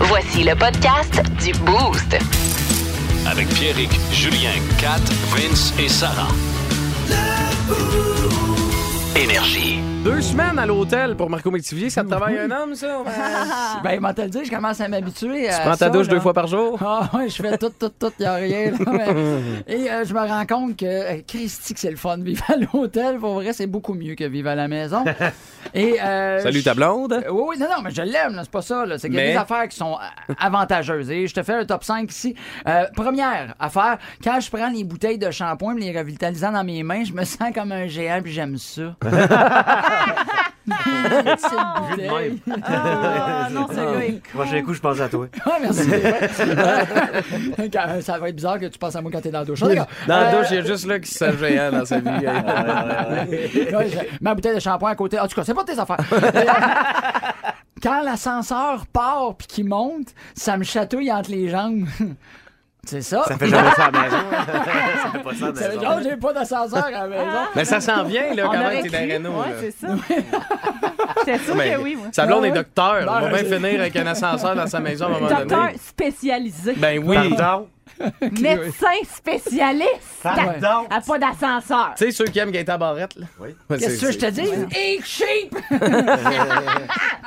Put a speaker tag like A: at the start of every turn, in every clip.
A: Voici le podcast du Boost.
B: Avec Pierrick, Julien, Kat, Vince et Sarah. Énergie.
C: Deux semaines à l'hôtel pour Marco Métivier, ça te travaille un homme, ça?
D: Ben, il m'a te le dire, je commence à m'habituer.
C: Tu prends ta douche deux fois par jour?
D: Ah ouais, je fais tout, tout, tout, il a rien. là, mais- Et euh, je me rends compte que, euh, Christy, que c'est le fun de vivre à l'hôtel. Pour vrai, c'est beaucoup mieux que vivre à la maison. Et, euh,
C: Salut ta blonde.
D: Euh, Oui, oui, non, non, mais je l'aime, là, c'est pas ça. là. C'est qu'il y a
C: Mais-
D: des affaires qui sont euh, avantageuses. Et je te fais un top 5 ici. Euh, première affaire, quand je prends les bouteilles de shampoing et les revitalisants dans mes mains, je me sens comme un géant puis j'aime ça. Petite bouteille.
E: Ah, non, celui-là est con.
F: Prochain coup, je pense à toi.
D: Ah, merci. Quand- euh, ça va être bizarre que tu penses à moi quand t'es dans la douche. D'accord.
C: Dans la
D: Euh,
C: douche, il y a juste là qui se sent géant dans sa vie.
D: Ouais, je- ma bouteille de shampoing à côté. En tout cas, c'est pas tes affaires. Et, euh, Quand l'ascenseur part puis qu'il monte, ça me chatouille entre les jambes. C'est ça.
F: Ça fait jamais ça à la maison. ça fait pas ça à la
D: C'est
F: maison.
D: genre, j'ai pas d'ascenseur à la maison.
C: Mais ça s'en vient, là,
E: On
C: quand même,
E: aurait
C: t'es
E: cru-
C: dans Renault.
E: Ouais, c'est ça. J'étais sûre
C: Mais-
E: que oui, moi.
C: Sa blonde est docteur.
D: Ah
C: On
D: ouais.
C: va bien finir avec un ascenseur dans sa maison à un moment
E: Docteur
C: donné.
E: spécialisé.
C: Ben oui.
F: Pardon?
E: Médecin spécialiste.
F: Pardon?
E: À pas d'ascenseur.
C: Ah Tu sais, ceux qui aiment Gaëtan Barrette, là.
F: Oui.
C: Ouais, c'est-
D: Qu'est-ce que tu veux que je te dis? Eat cheap!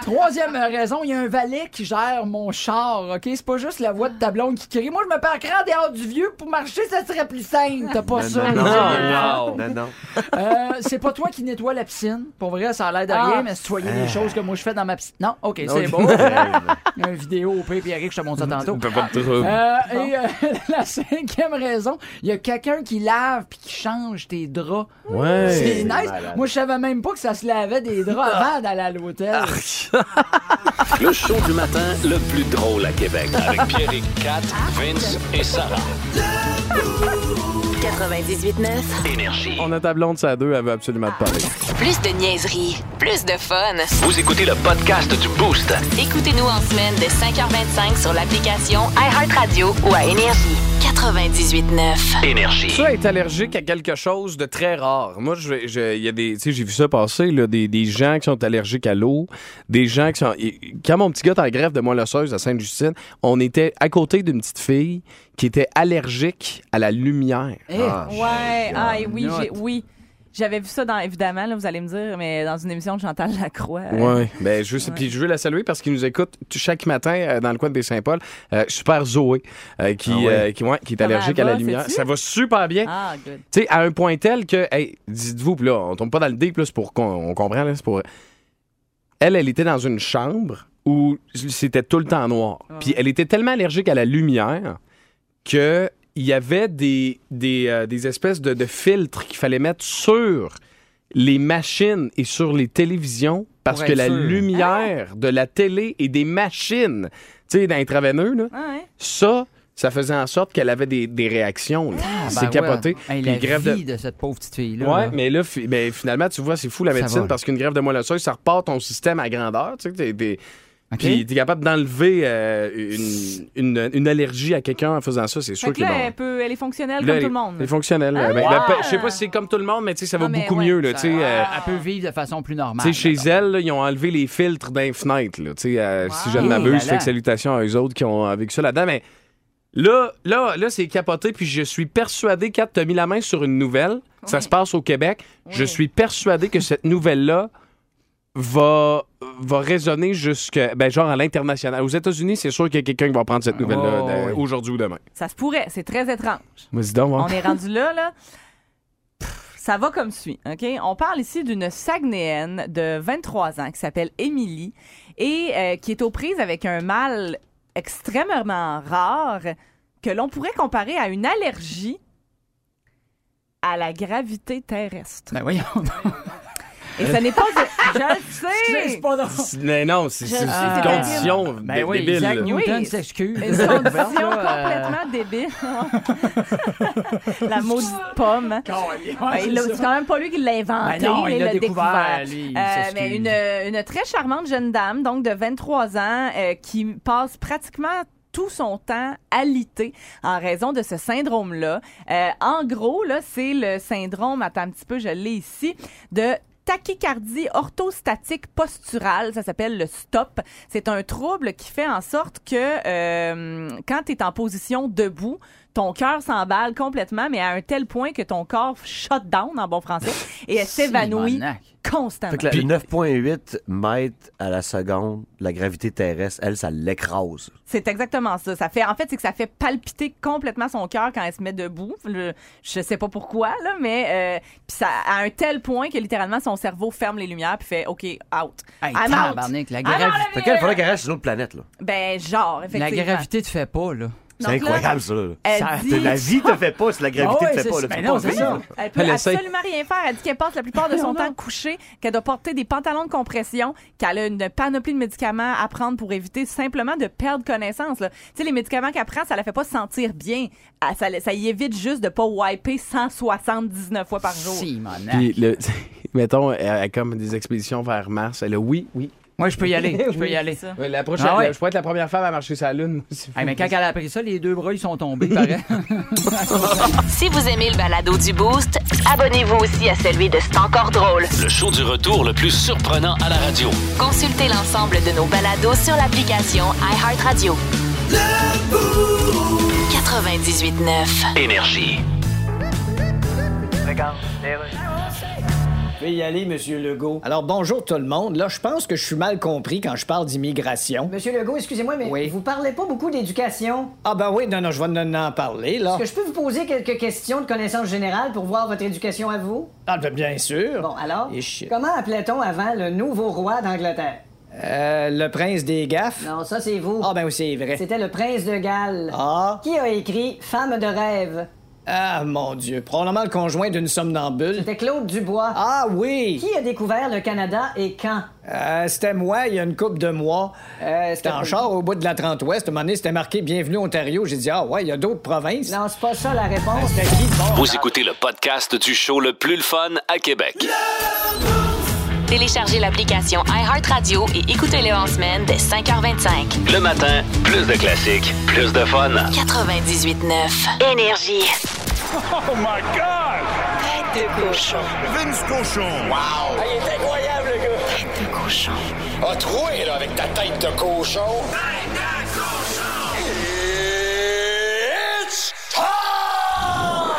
D: Troisième raison, il y a un valet qui gère mon char, OK? C'est pas juste la voix de ta blonde qui crie. Moi, je me parquerais en dehors du vieux pour marcher, ça serait plus simple. T'as pas ça.
F: non,
C: Non,
F: non, non.
D: Euh, c'est pas toi qui nettoie la piscine. Pour vrai, ça a l'air de
E: Ah.
D: rien, mais si tu voyais des choses que moi je fais dans ma piscine. Non, OK, c'est
C: Ok.
D: bon. Une vidéo au pire, Pierre, je te montre ça tantôt.
C: Pas de trouble.
D: Euh, et euh, la cinquième raison, il y a quelqu'un qui lave puis qui change tes draps.
C: Ouais.
D: C'est nice. Moi, je savais même pas que ça se lavait des
C: Ah.
D: draps avant d'aller à l'hôtel.
B: Le show du matin le plus drôle à Québec. Avec Pierrick, Kat, Vince et Sarah.
A: 98.9.
B: Énergie.
C: On a ta blonde, ça à deux, elle veut absolument te parler.
A: Plus de niaiserie, plus de fun.
B: Vous écoutez le podcast du Boost.
A: Écoutez-nous en semaine de 5h25 sur l'application iHeartRadio ou à Énergie. 98.9.
B: Énergie.
C: Ça est allergique à quelque chose de très rare. Moi, je, je- il y a des, tu sais, j'ai vu ça passer, là, des, des gens qui sont allergiques à l'eau, des gens qui sont. et- Quand mon petit gars était en grève de moelle osseuse à Sainte-Justine, on était à côté d'une petite fille qui était allergique à la lumière.
D: Eh,
E: Ouais, ah, et oui,
D: note.
E: j'ai- oui. J'avais vu ça dans, évidemment, là, vous allez me dire, mais dans une émission de Chantal Lacroix. euh,
C: Ouais, ben je veux, puis je veux la saluer parce qu'il nous écoute t- chaque matin euh, dans le coin des Saint-Paul. Euh, super Zoé, euh, qui,
F: Ah ouais.
C: euh, qui, ouais, qui est
E: Comment
C: allergique
E: elle
C: à la
E: va,
C: lumière.
E: sais-tu?
C: Ça va super bien.
E: Ah, good.
C: Tu sais, à un point tel que, hey, dites-vous, puis là, on tombe pas dans le deep, là, c'est pour qu'on on comprend, là, c'est pour. Elle, elle était dans une chambre où c'était tout le temps noir. Puis elle était tellement allergique à la lumière que il y avait des, des, euh, des espèces de, de filtres qu'il fallait mettre sur les machines et sur les télévisions parce
D: Pour
C: que
D: être
C: la
D: sûr. Ah
C: lumière de la télé et des machines, tu sais, d'intraveineux, là,
E: Ah, ouais.
C: ça, ça faisait en sorte qu'elle avait des, des réactions. là. C'est
D: Ben ouais.
C: capoté.
D: Hey,
C: Puis
D: la
C: grève de-
D: vie de... cette pauvre petite fille-là.
C: Ouais,
D: là.
C: mais là, fi- ben, finalement, tu vois, c'est fou la
D: Ça
C: médecine
D: va.
C: parce qu'une grève de moelle osseuse, ça repart ton système à grandeur. Tu sais, t'es- t'es-
D: OK?
C: Puis t'es capable d'enlever euh, une, une, une allergie à quelqu'un en faisant ça, c'est sûr
E: Fait
C: que
E: que
C: c'est
E: là,
C: bon.
E: elle, peut, elle est fonctionnelle
C: Là,
E: comme tout
C: elle-
E: le monde.
C: elle est fonctionnelle. Euh, ben, ben, je sais pas si c'est comme tout le monde, mais tu sais, ça va
E: Non, mais
C: beaucoup
E: ouais,
C: mieux. Là,
D: Ça-
C: tu sais, euh,
D: elle peut vivre de façon plus normale.
C: tu sais, chez
D: mettons.
C: elle, là, ils ont enlevé les filtres d'un fenêtre. Là, tu sais, euh, Si je ne
D: Wow. Là,
C: m'abuse,
D: là.
C: fait que salutations à eux autres qui ont vécu ça là-dedans. Mais là, là, là c'est capoté. Puis je suis persuadé, Kat, tu as mis la main sur une nouvelle. Ça se passe au Québec. Je suis persuadé que cette nouvelle-là va, va résonner jusqu'à. Ben, genre à l'international. Aux États-Unis, c'est sûr qu'il y a quelqu'un qui va prendre cette nouvelle-là
D: Oh,
C: euh,
D: oui.
C: aujourd'hui ou demain.
E: Ça se pourrait, c'est très étrange.
C: Vas-y donc, hein.
E: On est rendu là, là. Pff, Ça va comme suit, OK? On parle ici d'une Saguenéenne de 23 ans qui s'appelle Émilie et euh, qui est aux prises avec un mal extrêmement rare que l'on pourrait comparer à une allergie à la gravité terrestre.
D: Ben voyons.
E: Et ce n'est pas... de- Je le sais!
D: pas drôle.
C: Mais non, c'est c'est-
E: Je-
C: c'est
E: Ah.
C: une condition
D: Ben
C: dé-
D: oui,
C: débile.
D: Isaac
C: là.
D: Newton
E: Oui.
D: s'excuse.
E: Une condition
D: Euh,
E: complètement débile. la maudite pomme. Ben, il l'a- c'est quand même pas lui qui l'a inventé.
D: Ben non,
E: là,
D: il l'a découvert, lui, il s'excuse.
E: Euh, mais une, une très charmante jeune dame, donc de 23 ans, euh, qui passe pratiquement tout son temps alité en raison de ce syndrome-là. Euh, en gros, là, c'est le syndrome, attends un petit peu, je l'ai ici, de tachycardie orthostatique posturale. Ça s'appelle le STOP. C'est un trouble qui fait en sorte que euh, quand tu es en position debout, ton cœur s'emballe complètement, mais à un tel point que ton corps shut down en bon français et elle s'évanouit
D: Simonac.
E: constamment.
F: Fait que la- 9,8 mètres à la seconde, la gravité terrestre, elle, ça l'écrase.
E: C'est exactement ça. Ça fait, en fait, c'est que ça fait palpiter complètement son cœur quand elle se met debout. Le- je sais pas pourquoi, là, mais euh, puis ça, à un tel point que littéralement son cerveau ferme les lumières puis fait OK, out.
D: Hey,
E: I'm out.
D: tabarnak, la,
E: I'm out
D: gravi-
E: of
F: Fait
E: here.
F: qu'elle, il faudrait qu'elle reste sur une autre planète, là.
E: Ben, genre, effectivement.
D: la gravité te fait pas, là.
F: C'est
E: Donc là,
F: incroyable, ça, là.
E: elle
D: Ça-
E: dit-
F: C'est- La vie te fait pas si la gravité
D: Ah ouais,
F: te fait pas,
D: c'est-
F: là.
D: ben
F: Tu peux
D: non,
F: pas
D: c'est
F: vivre.
D: ça.
E: Elle peut
C: Elle essaie.
E: absolument rien faire. Elle dit qu'elle passe la plupart de son temps couchée, qu'elle doit porter des pantalons de compression, qu'elle a une panoplie de médicaments à prendre pour éviter simplement de perdre connaissance. là. Tu sais, les médicaments qu'elle prend, ça la fait pas sentir bien. Ah, Ça, ça y évite juste de pas wiper 179 fois par jour.
D: Simonac.
C: Puis, le, mettons, elle a comme des expéditions vers Mars. Elle a oui, oui.
D: Moi, je peux y aller. Je peux y aller.
E: C'est ça.
C: Ouais, La prochaine,
D: Ah ouais.
C: Je pourrais être la première femme à marcher sur la Lune.
D: Hey, mais quand elle a appris ça, les deux bras, ils sont tombés, pareil.
A: Si vous aimez le balado du Boost, abonnez-vous aussi à celui de C'est encore drôle.
B: Le show du retour le plus surprenant à la radio.
A: Consultez l'ensemble de nos balados sur l'application iHeartRadio. 98.9.
B: Énergie.
G: Je vais y aller, Monsieur Legault. Alors, bonjour tout le monde. Là, je pense que je suis mal compris quand je parle d'immigration.
H: Monsieur Legault, excusez-moi, mais
G: Oui.
H: vous parlez pas beaucoup d'éducation.
G: Ah ben oui, non, non, je vais en- en parler, là.
H: Est-ce que je peux vous poser quelques questions de connaissance générale pour voir votre éducation à vous?
G: Ah ben bien sûr.
H: Bon, alors,
G: Et shit.
H: comment appelait-on avant le nouveau roi d'Angleterre?
G: Euh, le prince des gaffes.
H: Non, ça, c'est vous.
G: Ah ben oui, c'est vrai.
H: C'était le prince de Galles.
G: Ah.
H: Qui a écrit Femme de rêve?
G: Ah mon Dieu, probablement le conjoint d'une somnambule.
H: C'était Claude Dubois.
G: Ah oui.
H: Qui a découvert le Canada et quand?
G: Euh, c'était moi il y a une couple de mois.
H: Euh,
G: C'était en char au bout de la 30 Ouest. À un moment donné, c'était marqué Bienvenue Ontario. J'ai dit ah ouais, il y a d'autres provinces.
H: Non, Ah, c'est pas ça la réponse.
G: C'était qui le bon?
B: Vous écoutez le podcast du show le plus le fun à Québec.
A: Téléchargez l'application iHeartRadio et écoutez-le en semaine dès 5h25.
B: Le matin, plus de classiques, plus de fun.
A: 98.9. Énergie.
I: Vince Cochon. Wow! il est incroyable, le gars! Tête de cochon. A troué, là, avec ta tête de cochon. Tête de cochon! It's time!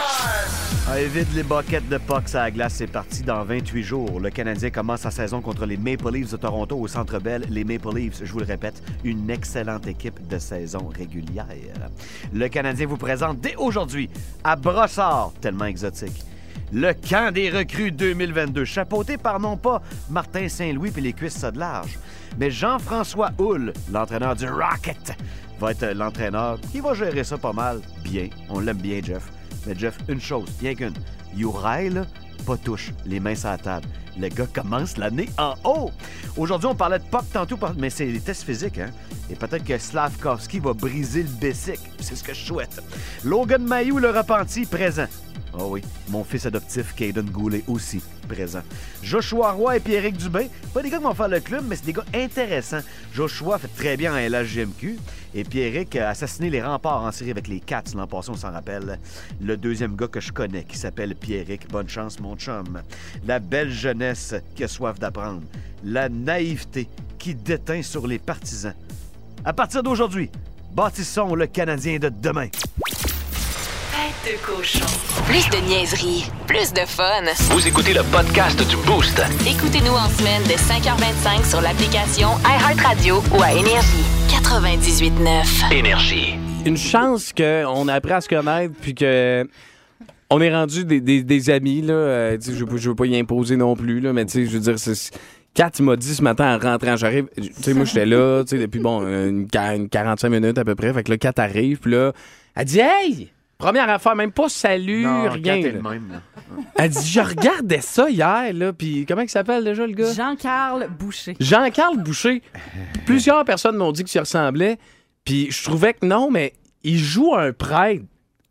F: Ah, évite les boquettes de pucks à la glace, c'est parti dans 28 jours. Le Canadien commence sa saison contre les Maple Leafs de Toronto au Centre Bell. Les Maple Leafs, je vous le répète, une excellente équipe de saison régulière. Le Canadien vous présente dès aujourd'hui à Brossard, tellement exotique. Le camp des recrues 2022, chapeauté par non pas Martin Saint-Louis puis les cuisses ça de large, mais Jean-François Houle, l'entraîneur du Rocket, va être l'entraîneur qui va gérer ça pas mal bien. On l'aime bien, Jeff. Mais Jeff, une chose, rien qu'une. Youraille, là, pas touche, les mains sur la table. Le gars commence l'année en haut. Aujourd'hui, on parlait de POC tantôt, par- mais c'est les tests physiques, hein. Et peut-être que Slavkovski va briser le bessic. C'est ce que je souhaite. Logan Mayou, le repenti, présent. Oh oui, mon fils adoptif, Caden Goulet, aussi présent. Joshua Roy et Pierrick Dubé, pas des gars qui vont faire le club, mais c'est des gars intéressants. Joshua fait très bien en LHGMQ et Pierrick a assassiné les remparts en série avec les Cats l'an passé, on s'en rappelle. Le deuxième gars que je connais qui s'appelle Pierrick, bonne chance mon chum. La belle jeunesse qui a soif d'apprendre. La naïveté qui déteint sur les partisans. À partir d'aujourd'hui, bâtissons le Canadien de demain.
A: Plus de niaiserie, plus de fun.
B: Vous écoutez le podcast du Boost.
A: Écoutez-nous en semaine de 5h25 sur l'application iHeartRadio ou à Énergie. 98.9.
B: Énergie.
C: Une chance qu'on a appris à se connaître, puis que. On est rendu des, des- des amis, là. Euh, tu sais, je, veux pas- je veux pas y imposer non plus, là, mais tu sais, je veux dire, c'est. Kat m'a dit ce matin en rentrant, j'arrive, tu sais, moi j'étais là, tu sais, depuis bon, euh, une, quar- une 45 minutes à peu près, fait que là, Kat arrive, puis là, elle dit, hey! Première affaire, même pas salut, rien. là.
F: même.
C: Elle dit, je regardais ça hier, là, puis comment il s'appelle déjà le gars?
E: Jean-Carl Boucher.
C: Jean-Carl Boucher, plusieurs personnes m'ont dit que tu y ressemblais, puis je trouvais que non, mais il joue un prêtre.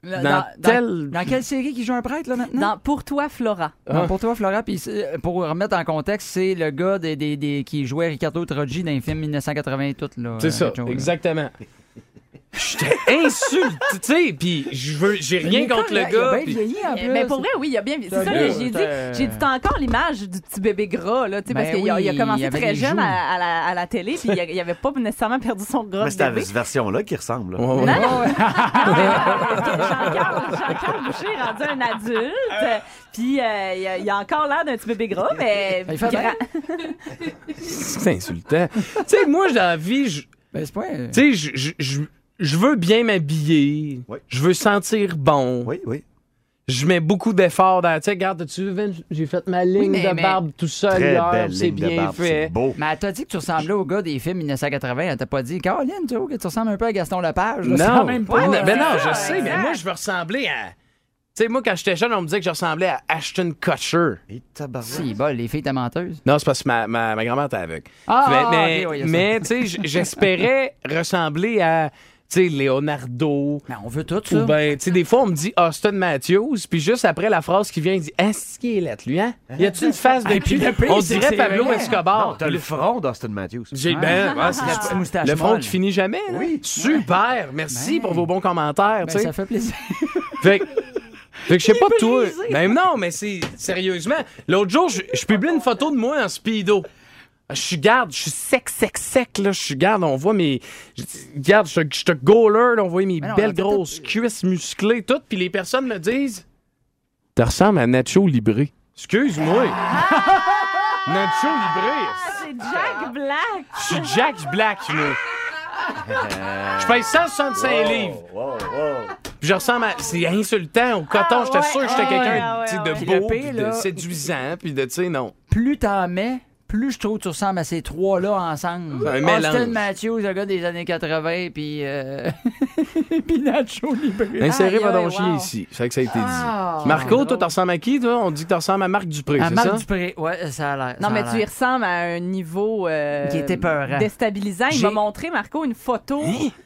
D: Là,
C: Dans telle-
D: dans quelle série qui joue un prêtre, là, maintenant?
E: Dans Pour toi, Flora.
C: Ah.
D: Non, pour toi, Flora, puis c'est- pour remettre en contexte, c'est le gars des, des, des- qui jouait Ricardo Trogi dans les films 1980 et tout. là,
C: C'est
D: euh,
C: ça,
D: Joe, là.
C: exactement. J'étais insulté, tu sais, puis je veux, j'ai rien
D: Nicolas,
C: contre le
D: Il a
C: gars.
D: bien
C: puis-
D: vieilli en plus.
E: Mais Eh ben, pour vrai, oui, il a bien. C'est
D: C'est
E: ça,
D: un
E: là,
D: gars,
E: j'ai dit.
D: c'est-
E: J'ai dit, t'as encore l'image du petit bébé gras, là, tu sais,
D: Ben
E: parce qu'il a, il a
D: oui, il
E: commencé
D: avait
E: très
D: des
E: jeune
D: joues.
E: à, à la, à la télé, puis il a- il avait pas nécessairement perdu son gras.
F: Mais
E: de
F: c'est à
E: bébé.
F: cette version-là qui ressemble. là.
C: Ouais, ouais.
E: Non, non. Jean-Carl Jean-Carl Boucher est rendu un adulte, puis euh, il, a, il a encore l'air d'un petit bébé gras, mais.
D: Il fait bien.
C: C'est insultant. tu sais, moi, dans la vie, je-
D: Ben, c'est pas.
C: tu sais, je- je- je je veux bien m'habiller.
F: Oui.
C: Je veux sentir bon.
F: Oui, oui.
C: Je mets beaucoup d'efforts dans. Tu sais, regarde, tu Vince, j'ai fait ma ligne
D: mais-
C: de
D: mais-
C: barbe tout seul
F: Très
C: Euh, hier,
F: belle
C: c'est
F: ligne de
C: bien
F: barbe. C'est
C: fait.
F: beau.
D: Mais elle t'a dit que tu ressemblais au gars des films 1980. Elle t'a pas dit, Caroline, tu vois, que tu ressembles un peu à Gaston Lepage. là. C'est quand même pas.
C: Ben
D: euh,
C: non, ben non,
E: C'est
C: je
E: ça,
C: sais, mais
E: exact.
C: moi, je veux ressembler à. Tu sais, moi, quand j'étais jeune, on me disait que je ressemblais à Ashton Kutcher.
F: Et tabarouette.
D: Si, bol, les filles étaient menteuses.
C: Non, c'est parce que ma, ma, ma grand-mère était aveugle.
D: Ah,
C: mais,
D: ah,
C: mais,
D: ok, ouais, y a ça.
C: mais, tu sais, j- j'espérais ressembler à, tu sais, Leonardo.
D: Mais on veut tout ça.
C: Ou ben, tu sais, des fois, on me dit Austin Matthews, puis juste après la phrase qui vient, il dit Est-ce qu'il est lettre, lui, hein Y a-tu une face de
D: Ah, puis
C: cul
D: le pire,
C: On
D: c'est
C: dirait
D: que c'est
C: Pablo
D: vrai.
F: Non,
C: Escobar.
F: t'as le front d'Austin Matthews.
C: J'ai ben, ouais, c'est
D: La
C: super.
D: petite moustache
C: le front
D: molle.
C: qui finit jamais. là. Super, merci
D: Ben.
C: pour vos bons commentaires.
D: Ben,
C: tu sais.
D: ça fait plaisir.
C: Fait que, fait que je sais pas toi. Ben non, mais c'est sérieusement. L'autre jour, je, je publie une photo de moi en speedo. Ah, Je suis garde, je suis sec, sec, sec, là. Je suis garde, on voit mes. je- Garde, je je suis un goaler, là, on voit mes
D: Mais Ben non,
C: belles
D: t'as tout-
C: grosses cuisses musclées, toutes. Puis les personnes me disent Tu ressembles à Nacho Libré. Excuse-moi.
D: Ah!
C: Nacho Libré.
E: C'est
F: Ah.
E: Jack Black!
C: Je suis Jack Black, moi. Je paye 165 livres.
F: Wow, wow.
C: Puis je ressemble à. C'est insultant au coton.
E: Ah
C: J'étais
E: ouais,
C: sûr que
E: ah
C: j'étais
E: ouais,
C: quelqu'un
E: ah ouais,
C: tu sais,
E: ah
C: de
E: ouais.
D: Puis le
C: beau,
D: pire,
C: puis de
D: là-
C: séduisant, puis de, tu sais, non.
D: Plus t'en mets, plus je trouve que tu ressembles à ces trois-là ensemble.
C: C'est un
D: Austin
C: mélange.
D: Matthews, le gars des années 80, puis. euh, puis Nacho
C: Ben,
D: Libre.
C: Insérez
E: Aïe,
C: pas
E: aïe,
C: ton chien
E: wow.
C: ici. C'est vrai que ça a été
D: Ah.
C: dit. Marco, toi, t'en ressembles à qui, toi? On dit que t'en ressembles à Marc Dupré,
D: À
C: c'est ça?
D: Ah, Marc Dupré. Ouais, ça a l'air.
E: Non,
D: ça a
E: mais tu y
D: l'air.
E: ressembles à un niveau euh,
D: Qui était peurant.
E: déstabilisant. Il
D: J'ai-
E: m'a montré, Marco, une photo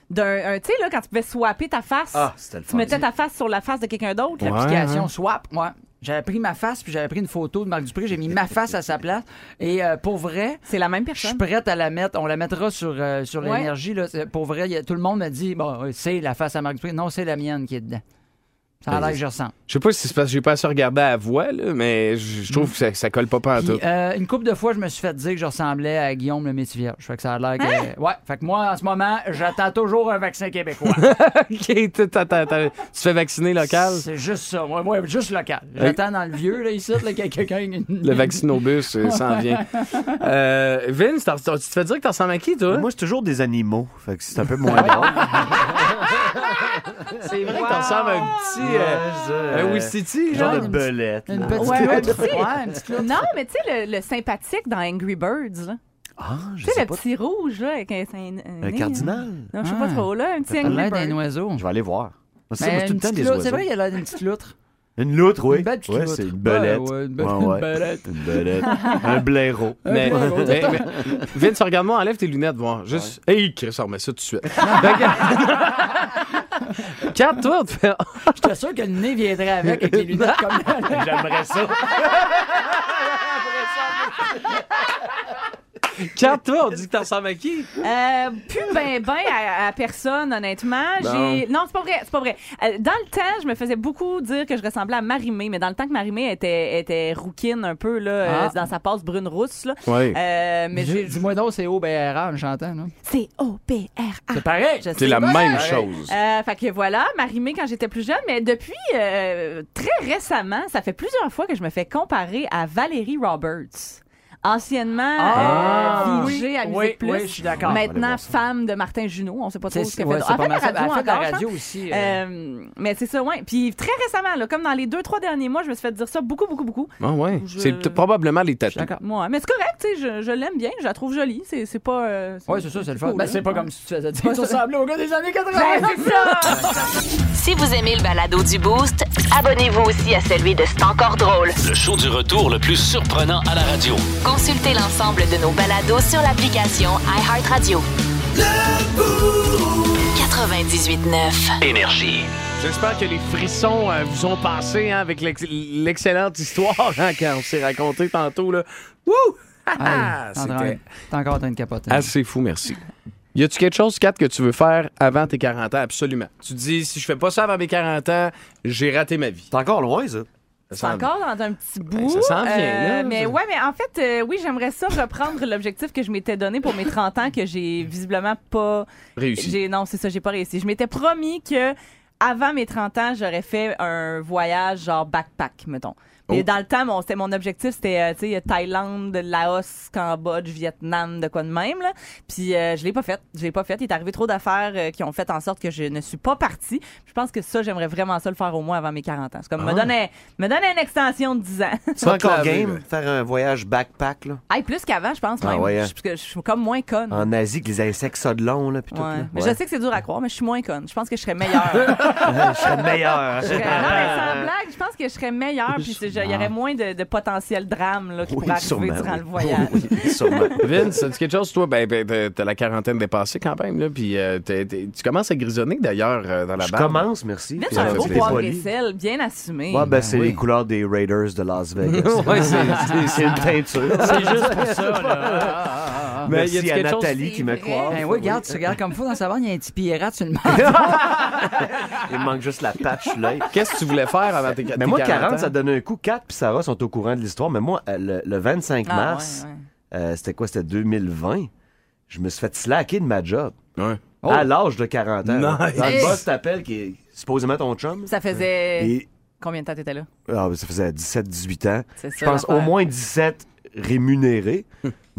E: d'un. un- Tu sais, là, quand tu pouvais swapper ta face,
F: Hein? Ah, c'était le
E: tu
F: fun.
E: mettais ta face sur la face de quelqu'un d'autre. là.
D: L'application Swap, moi. J'avais pris ma face, puis j'avais pris une photo de Marc Dupré. J'ai mis ma face à sa place. Et euh, pour vrai,
E: C'est la même
D: Je suis
E: personne.
D: prête à la mettre. On la mettra sur, euh, sur
E: Ouais.
D: l'énergie. là. C'est- Pour vrai, il y a- tout le monde me dit bon, euh, c'est la face à Marc Dupré. Non, c'est la mienne qui est dedans. Ça a l'air que je ressens.
C: Je sais pas si c'est parce que j'ai pas assez regardé à la voix, là, mais je je trouve que ça, ça colle pas pas en
D: Puis,
C: tout.
D: euh, une couple de fois, je me suis fait dire que je ressemblais à Guillaume le Métis Vierge. Fait que ça a l'air
E: Hein?
D: que. Ouais. Fait que moi, en ce moment, j'attends toujours un vaccin québécois.
E: euh,
C: Ok, t'as- t'as- t'as- t'as- tu te fais vacciner local?
D: c'est juste ça. Moi, moi, juste local. J'attends dans le vieux, là, ici, là, qu'il y a quelqu'un.
C: Le vaccinobus euh, s'en vient. Euh, Vince, t'en- t'en- tu te fais dire que t'en ressembles à qui, toi?
F: Moi, c'est toujours des animaux. Fait que c'est un peu moins drôle.
C: c'est vrai que t'en ressembles à un petit. euh, un Ouistiti, genre?
F: Genre de belette.
D: Une
F: là.
D: petite
E: Ouais,
D: clope.
E: un petit.
D: Ouais, une petite clope.
E: Non, mais tu sais, le, le sympathique dans Angry Birds, là.
F: Ah, je
E: Tu sais,
F: sais
E: le
F: pas.
E: petit rouge, là, avec un. un- un
F: Un
E: nez, hein.
F: cardinal.
E: Non, je sais pas
D: Ah.
E: trop, là. Un petit
D: Ça a
E: Angry
D: l'air d'un
E: Bird.
D: oiseau.
F: Je vais aller voir. Moi, C'est ça,
D: Mais Ben,
F: moi, c'est tout
D: une
F: le temps
D: petite
F: des
D: clope.
F: oiseaux.
D: C'est vrai, il y a l'air d'une petite loutre.
F: Une loutre, oui.
D: Une belle petite
F: Ouais,
D: loutre.
F: c'est une belette.
D: Ouais, ouais, une
F: une
D: belle- une belette.
F: belette. Une belette. un blaireau.
C: Mais, mais, mais- Vince, regarde-moi, enlève tes lunettes, voir. Juste, hey, Chris, on remet ça tout de suite. Fait que- Quatre, toi, tu fais.
D: J'étais sûr que le nez viendrait avec, avec les lunettes comme
F: J'aimerais ça.
C: Quatre, toi, on dit que t'en ressembles à qui?
E: Euh, plus ben ben à, à personne, honnêtement. J'ai... Non, c'est pas vrai, c'est pas vrai. Euh, dans le temps, je me faisais beaucoup dire que je ressemblais à Marimé, mais dans le temps que Marimé était, était rouquine un peu, là, euh,
D: Ah.
E: dans sa passe brune-rousse, là.
C: Oui.
E: Euh, mais j'ai...
D: Dis-moi donc, c'est OBRA en chantant, là.
E: C'est O-P-R-A.
D: C'est pareil!
E: Je
C: C'est
E: sais
C: la
E: pas.
C: même chose.
E: Euh, fait que voilà, Marimé quand j'étais plus jeune, mais depuis euh, très récemment, ça fait plusieurs fois que je me fais comparer à Valérie Roberts. Anciennement
D: Ah,
E: euh,
D: oui,
E: VJ à Musique
D: oui,
E: Plus.
D: oui, je suis d'accord.
F: On va aller
E: Maintenant
F: voir ça.
E: femme de Martin Junot, on sait pas trop ce
D: c'est
E: qu'elle
D: ouais,
E: fait.
D: c'est
E: Elle
D: pas
E: fait
D: mal ça.
E: la radio
D: Elle fait de la
E: encore, je pense.
D: radio aussi. euh.
E: Euh, mais c'est ça, ouais. Puis très récemment, là, comme dans les deux, trois derniers mois, je me suis fait dire ça beaucoup, beaucoup, beaucoup.
C: Ah ouais.
E: Je-
C: C'est t- probablement les
E: Je
C: tatous.
E: suis D'accord. Ouais, mais c'est correct, tu sais, je, je l'aime bien, je la trouve jolie. C'est, c'est pas. euh,
D: Ouais, c'est ça, c'est le fun.
E: cool,
D: Ben,
E: là.
D: c'est pas comme si tu faisais dire que tu ressemblais au gars des années 80.
E: Ben, c'est ça!
A: Si vous aimez le balado du Boost, abonnez-vous aussi à celui de C'est encore drôle.
B: Le show du retour le plus surprenant à la radio.
A: Consultez l'ensemble de nos balados sur l'application iHeartRadio. 98.9.
B: Énergie.
C: J'espère que les frissons euh, vous ont passé hein, avec l'ex- l'excellente histoire hein, qu'on s'est racontée tantôt. Là. Wouh! Ah, ah,
D: Hey, t'es en train-
C: C'était
D: Ah, T'es encore en train de capoter.
C: assez fou, merci. Y a-tu quelque chose, Kat, que tu veux faire avant tes 40 ans? Absolument. Tu te dis, si je fais pas ça avant mes 40 ans, j'ai raté ma vie.
F: C'est encore loin, ça.
E: C'est encore dans un petit bout.
C: Ben, ça s'en vient, là.
E: mais ouais, mais en fait, euh, oui, j'aimerais ça reprendre l'objectif que je m'étais donné pour mes 30 ans que j'ai visiblement pas
C: Réussi.
E: J'ai- Non, c'est ça, j'ai pas réussi. Je m'étais promis que avant mes 30 ans, j'aurais fait un voyage genre backpack, mettons. Mais
C: Oh.
E: dans le temps, mon, c'était- mon objectif, c'était euh, tu sais, Thaïlande, Laos, Cambodge, Vietnam, de quoi de même. Là. Puis euh, je l'ai pas fait. Je l'ai pas fait. Il est arrivé trop d'affaires euh, qui ont fait en sorte que je ne suis pas partie. Je pense que ça, j'aimerais vraiment ça le faire au moins avant mes 40 ans. C'est
F: Ah.
E: comme me, donner, me donner une extension de 10 ans.
F: C'est encore
C: te laver,
F: game,
C: là.
F: faire un voyage backpack, là.
E: hey, plus qu'avant, je pense
F: Ah
E: même.
F: ouais, hein.
E: Je- parce que je suis comme moins conne.
F: En Asie, que les insectes ça de long, là, puis tout.
E: Ouais.
F: là.
E: Mais
F: Ouais.
E: Je sais que c'est dur à croire, mais je suis moins conne. Je pense que je serais meilleure.
F: Ouais, je serais meilleur.
E: Je serais- non, mais sans blague, je pense que je serais meilleure, puis c'est- je- il y aurait moins de, de potentiel drame là, qui
F: Ah. Oui,
E: pourrait arriver
F: sûrement,
E: durant
F: oui.
E: le voyage.
F: Oui, oui, sûrement.
C: Vince, as-tu quelque chose, toi? Ben, ben, t'as- t'as la quarantaine dépassée quand même, là. Puis euh, t'es- t'es- tu commences à grisonner, d'ailleurs, euh, dans la
F: Je
C: barbe.
F: commence, merci.
E: Vince,
F: puis
E: c'est un
F: je
E: beau
F: suis
E: poivre
F: poli.
E: et sel, bien assumé.
F: Ouais, ben, c'est
C: oui.
F: les couleurs des Raiders de Las Vegas.
C: Ouais, c'est- c'est-
F: c'est une teinture.
J: C'est juste pour ça, là.
C: Mais y
F: Merci
C: a-t-il
F: à
C: quelque chose-
F: Nathalie qui me
E: C'est vrai. Ah,
F: croit.
D: Ben oui, regarde, tu regardes comme fou dans sa barre, il y a un petit pirate sur le map.
F: Il manque juste la patch, là.
C: Qu'est-ce que tu voulais faire avant tes,
F: Mais
C: tes
F: moi, 40,
C: ans?
F: ça donne un coup. 4 puis Sarah sont au courant de l'histoire. Mais moi, euh, le, le 25
E: Ah,
F: mars,
E: ouais, ouais.
F: euh, c'était quoi? C'était 2020. Je me suis fait slacker de ma job.
C: Ouais.
F: À l'âge de 40 ans.
C: Nice.
F: là. Quand le
E: Hey.
F: boss t'appelle, qui est supposément ton chum.
E: Ça faisait
F: Et
E: combien de temps t'étais là?
F: ah, ça faisait 17-18 ans.
E: C'est
F: Je
E: ça,
F: pense au
E: l'affaire. Hum.
F: moins 17 rémunérés.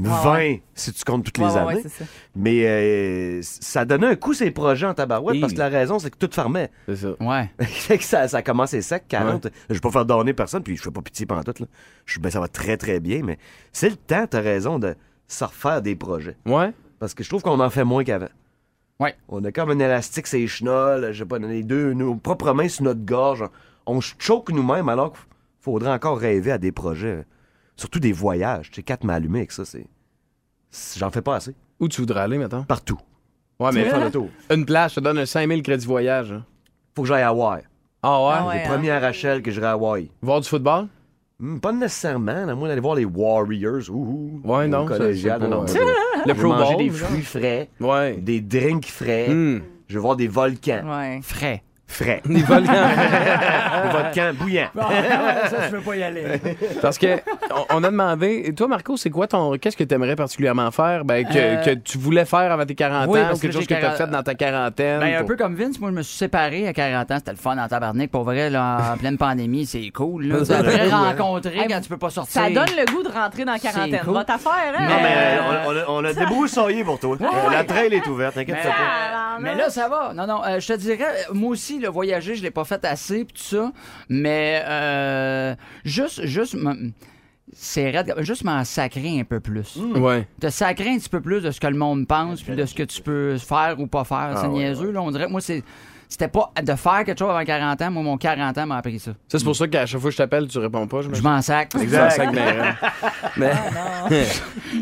F: 20
E: ouais.
F: si tu comptes toutes
E: Ouais,
F: les
E: ouais,
F: années.
E: ouais, c'est ça.
F: Mais euh, ça donnait un coup ces projets en tabarouette
C: Hi.
F: parce que la raison, c'est que tout fermait.
C: C'est ça.
D: Ouais.
F: Fait que ça, ça commence à sec, 40. Je vais pas faire donner personne, puis je fais pas pitié pantoute. Là. Je, ben, ça va très, très bien, mais c'est le temps, t'as raison, de se refaire des projets.
C: Ouais?
F: Parce que je trouve qu'on en fait moins qu'avant.
D: Ouais.
F: On a comme un élastique, c'est chenol, je sais pas, les deux, nos propres mains sur notre gorge. On se choque nous-mêmes alors qu'il faudrait encore rêver à des projets. Surtout des voyages. Tu sais, quatre mains allumées avec ça, c'est. c'est- J'en fais pas assez.
C: Où tu voudrais aller, maintenant?
F: Partout.
C: Ouais, Ah, mais hein?
F: Faire le tour.
C: une plage, ça donne un 5000 crédits voyage. hein.
F: Faut que j'aille à Hawaï.
C: Ah ouais?
E: Ah ouais, hein.
F: Première Rachel que j'irai à Hawaï.
C: Voir du football?
F: Hmm, pas nécessairement. Là, moi, d'aller voir les Warriors. Ouh, ouh,
C: Ouais,
F: au
C: non, ça,
F: collégial,
C: c'est pas-
F: non, non,
C: ouais.
F: je-
C: Le
F: je vais
C: Pro
F: manger
C: Bowl?
F: des fruits frais,
C: Ouais.
F: des drinks frais.
C: Hmm.
F: Je vais voir des volcans
E: Ouais.
D: Frais.
F: frais.
C: Des volcans.
F: des volcans bouillants.
D: Ah, ça, je veux pas y aller.
C: Parce que on- on a demandé. Et toi, Marco, c'est quoi ton. Qu'est-ce que tu aimerais particulièrement faire? Ben, que,
D: Euh,
C: que tu voulais faire avant tes 40
D: oui,
C: ans
D: parce
C: ou quelque
D: que
C: chose
D: j'ai
C: que tu as
D: 40
C: fait dans ta quarantaine?
D: Ben, un
C: pour-
D: peu comme Vince, moi, je me suis séparé à 40 ans. C'était le fun en tabarnak. Pour vrai, là, en pleine pandémie, c'est cool. Là. Tu après rencontrer quand tu peux pas sortir.
E: Ça donne le goût de rentrer dans la
D: C'est
E: quarantaine.
D: cool.
E: Va t'affaire, hein?
F: Non, mais
D: Euh,
F: euh, on, on a- on a débroussaillé pour toi. Euh, La trail est ouverte, t'inquiète
D: Mais-
F: pas.
E: Ah,
D: Mais
E: non.
D: là, ça va. Non, non, euh, je te dirais, euh, moi aussi, le voyager, je l'ai pas fait assez, pis tout ça. Mais euh, juste, juste, m- c'est raide, juste m'en sacrer un peu plus.
C: Ouais.
D: Te sacrer un petit peu plus de ce que le monde pense, puis de ce que tu peux faire ou pas faire. c'est niaiseux, là. On dirait, que moi, c'est. C'était pas de faire quelque chose avant 40 ans. Moi, mon 40 ans m'a appris ça.
C: Ça, c'est pour ça qu'à chaque fois que je t'appelle, tu réponds pas. Je me
D: Je m'en sacre.
C: Dans le sac d'un rang. Mais...
J: Ah,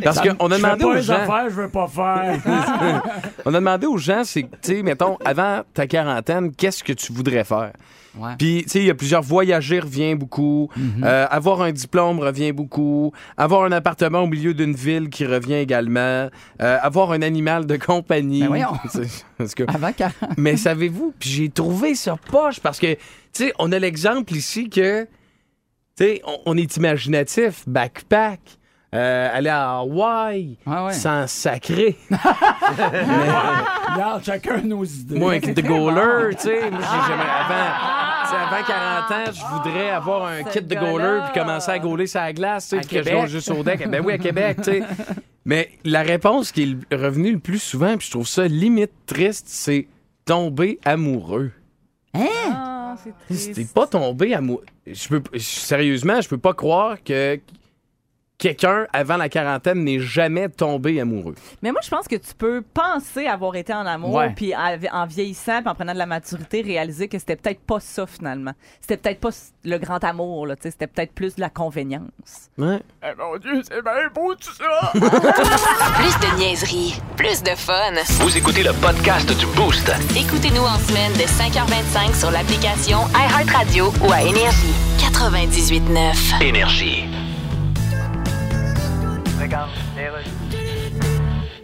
C: Parce qu'on a demandé aux gens.
J: je veux pas faire.
C: On a demandé aux gens, c'est, tu sais, mettons, avant ta quarantaine, qu'est-ce que tu voudrais faire?
D: Ouais.
C: Puis, tu sais, il y a plusieurs. Voyager revient beaucoup.
J: Mhm.
C: Euh, avoir un diplôme revient beaucoup. Avoir un appartement au milieu d'une ville qui revient également. Euh, avoir un animal de compagnie.
D: Ben voyons.
C: C'est- en tout cas.
D: Avant 40
C: Mais savez-vous, puis j'ai trouvé ça poche parce que, tu sais, on a l'exemple ici que, tu sais, on, on est imaginatif, backpack, euh, aller à Hawaï,
D: Ouais, ouais.
C: sans sacrer,
J: Regarde, chacun nos idées.
C: moi, un kit de goaler, tu sais, moi, j'ai jamais, avant, tu sais, avant 40 ans, je voudrais avoir un
E: Ce
C: kit de
E: gars-là.
C: goaler puis commencer à gauler sa glace, tu
D: À
C: sais, que je
D: Québec.
C: joue juste au deck. Ben oui, à Québec, tu sais. Mais la réponse qui est le- revenue le plus souvent, puis je trouve ça limite triste, c'est tomber amoureux.
E: Ah, c'est triste.
C: C'était pas tombé à moi. Je peux, je- sérieusement, je peux pas croire que quelqu'un avant la quarantaine n'est jamais tombé amoureux.
E: Mais moi, je pense que tu peux penser avoir été en amour,
D: Ouais.
E: puis à- en vieillissant, puis en prenant de la maturité, réaliser que c'était peut-être pas ça finalement. C'était peut-être pas s- le grand amour, là, tu sais, c'était peut-être plus de la convenience.
C: Ouais.
A: Plus de niaiserie, plus de fun.
B: Vous écoutez le podcast du Boost.
A: Écoutez-nous en semaine de 5h25 sur l'application iHeartRadio ou à Énergie. 98.9.
B: Énergie.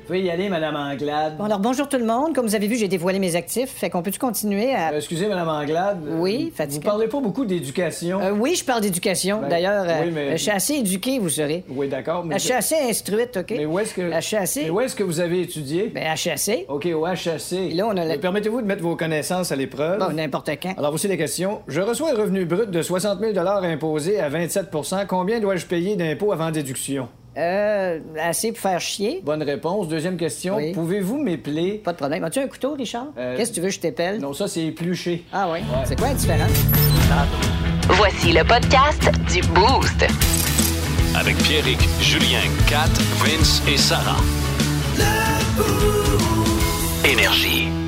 H: pouvez y aller, Madame Anglade.
K: Bon, alors bonjour tout le monde. Comme vous avez vu, j'ai dévoilé mes actifs. Fait qu'on peut-tu continuer à.
H: Euh, excusez, Madame Anglade. euh,
K: Oui,
H: Vous parlez pas beaucoup d'éducation.
K: Euh, oui, je parle d'éducation.
H: Ben,
K: D'ailleurs, euh,
H: oui, mais-
K: euh, je suis assez éduquée, vous saurez.
H: Oui, d'accord.
K: Euh, je suis assez instruite, OK?
H: Mais où est-ce que. Mais où est-ce que vous avez étudié? Ben,
K: à chasser.
H: OK, au HAC. là, on a Euh, Permettez-vous de mettre vos connaissances à l'épreuve.
K: Bon, n'importe quand.
H: Alors, voici les questions. Je reçois un revenu brut de 60 000 imposé à 27 Combien dois-je payer d'impôts avant déduction?
K: Euh, assez pour faire chier.
H: Bonne réponse. Deuxième question.
K: Oui.
H: Pouvez-vous m'épeler?
K: Pas de problème. As-tu un couteau, Richard?
H: Euh,
K: Qu'est-ce que tu veux que je t'épelle?
H: Non, ça, c'est épluché.
K: Ah oui? C'est quoi la différence?
A: Voici le podcast du Boost.
B: Avec Pierrick, Julien, Kat, Vince et Sarah. Énergie.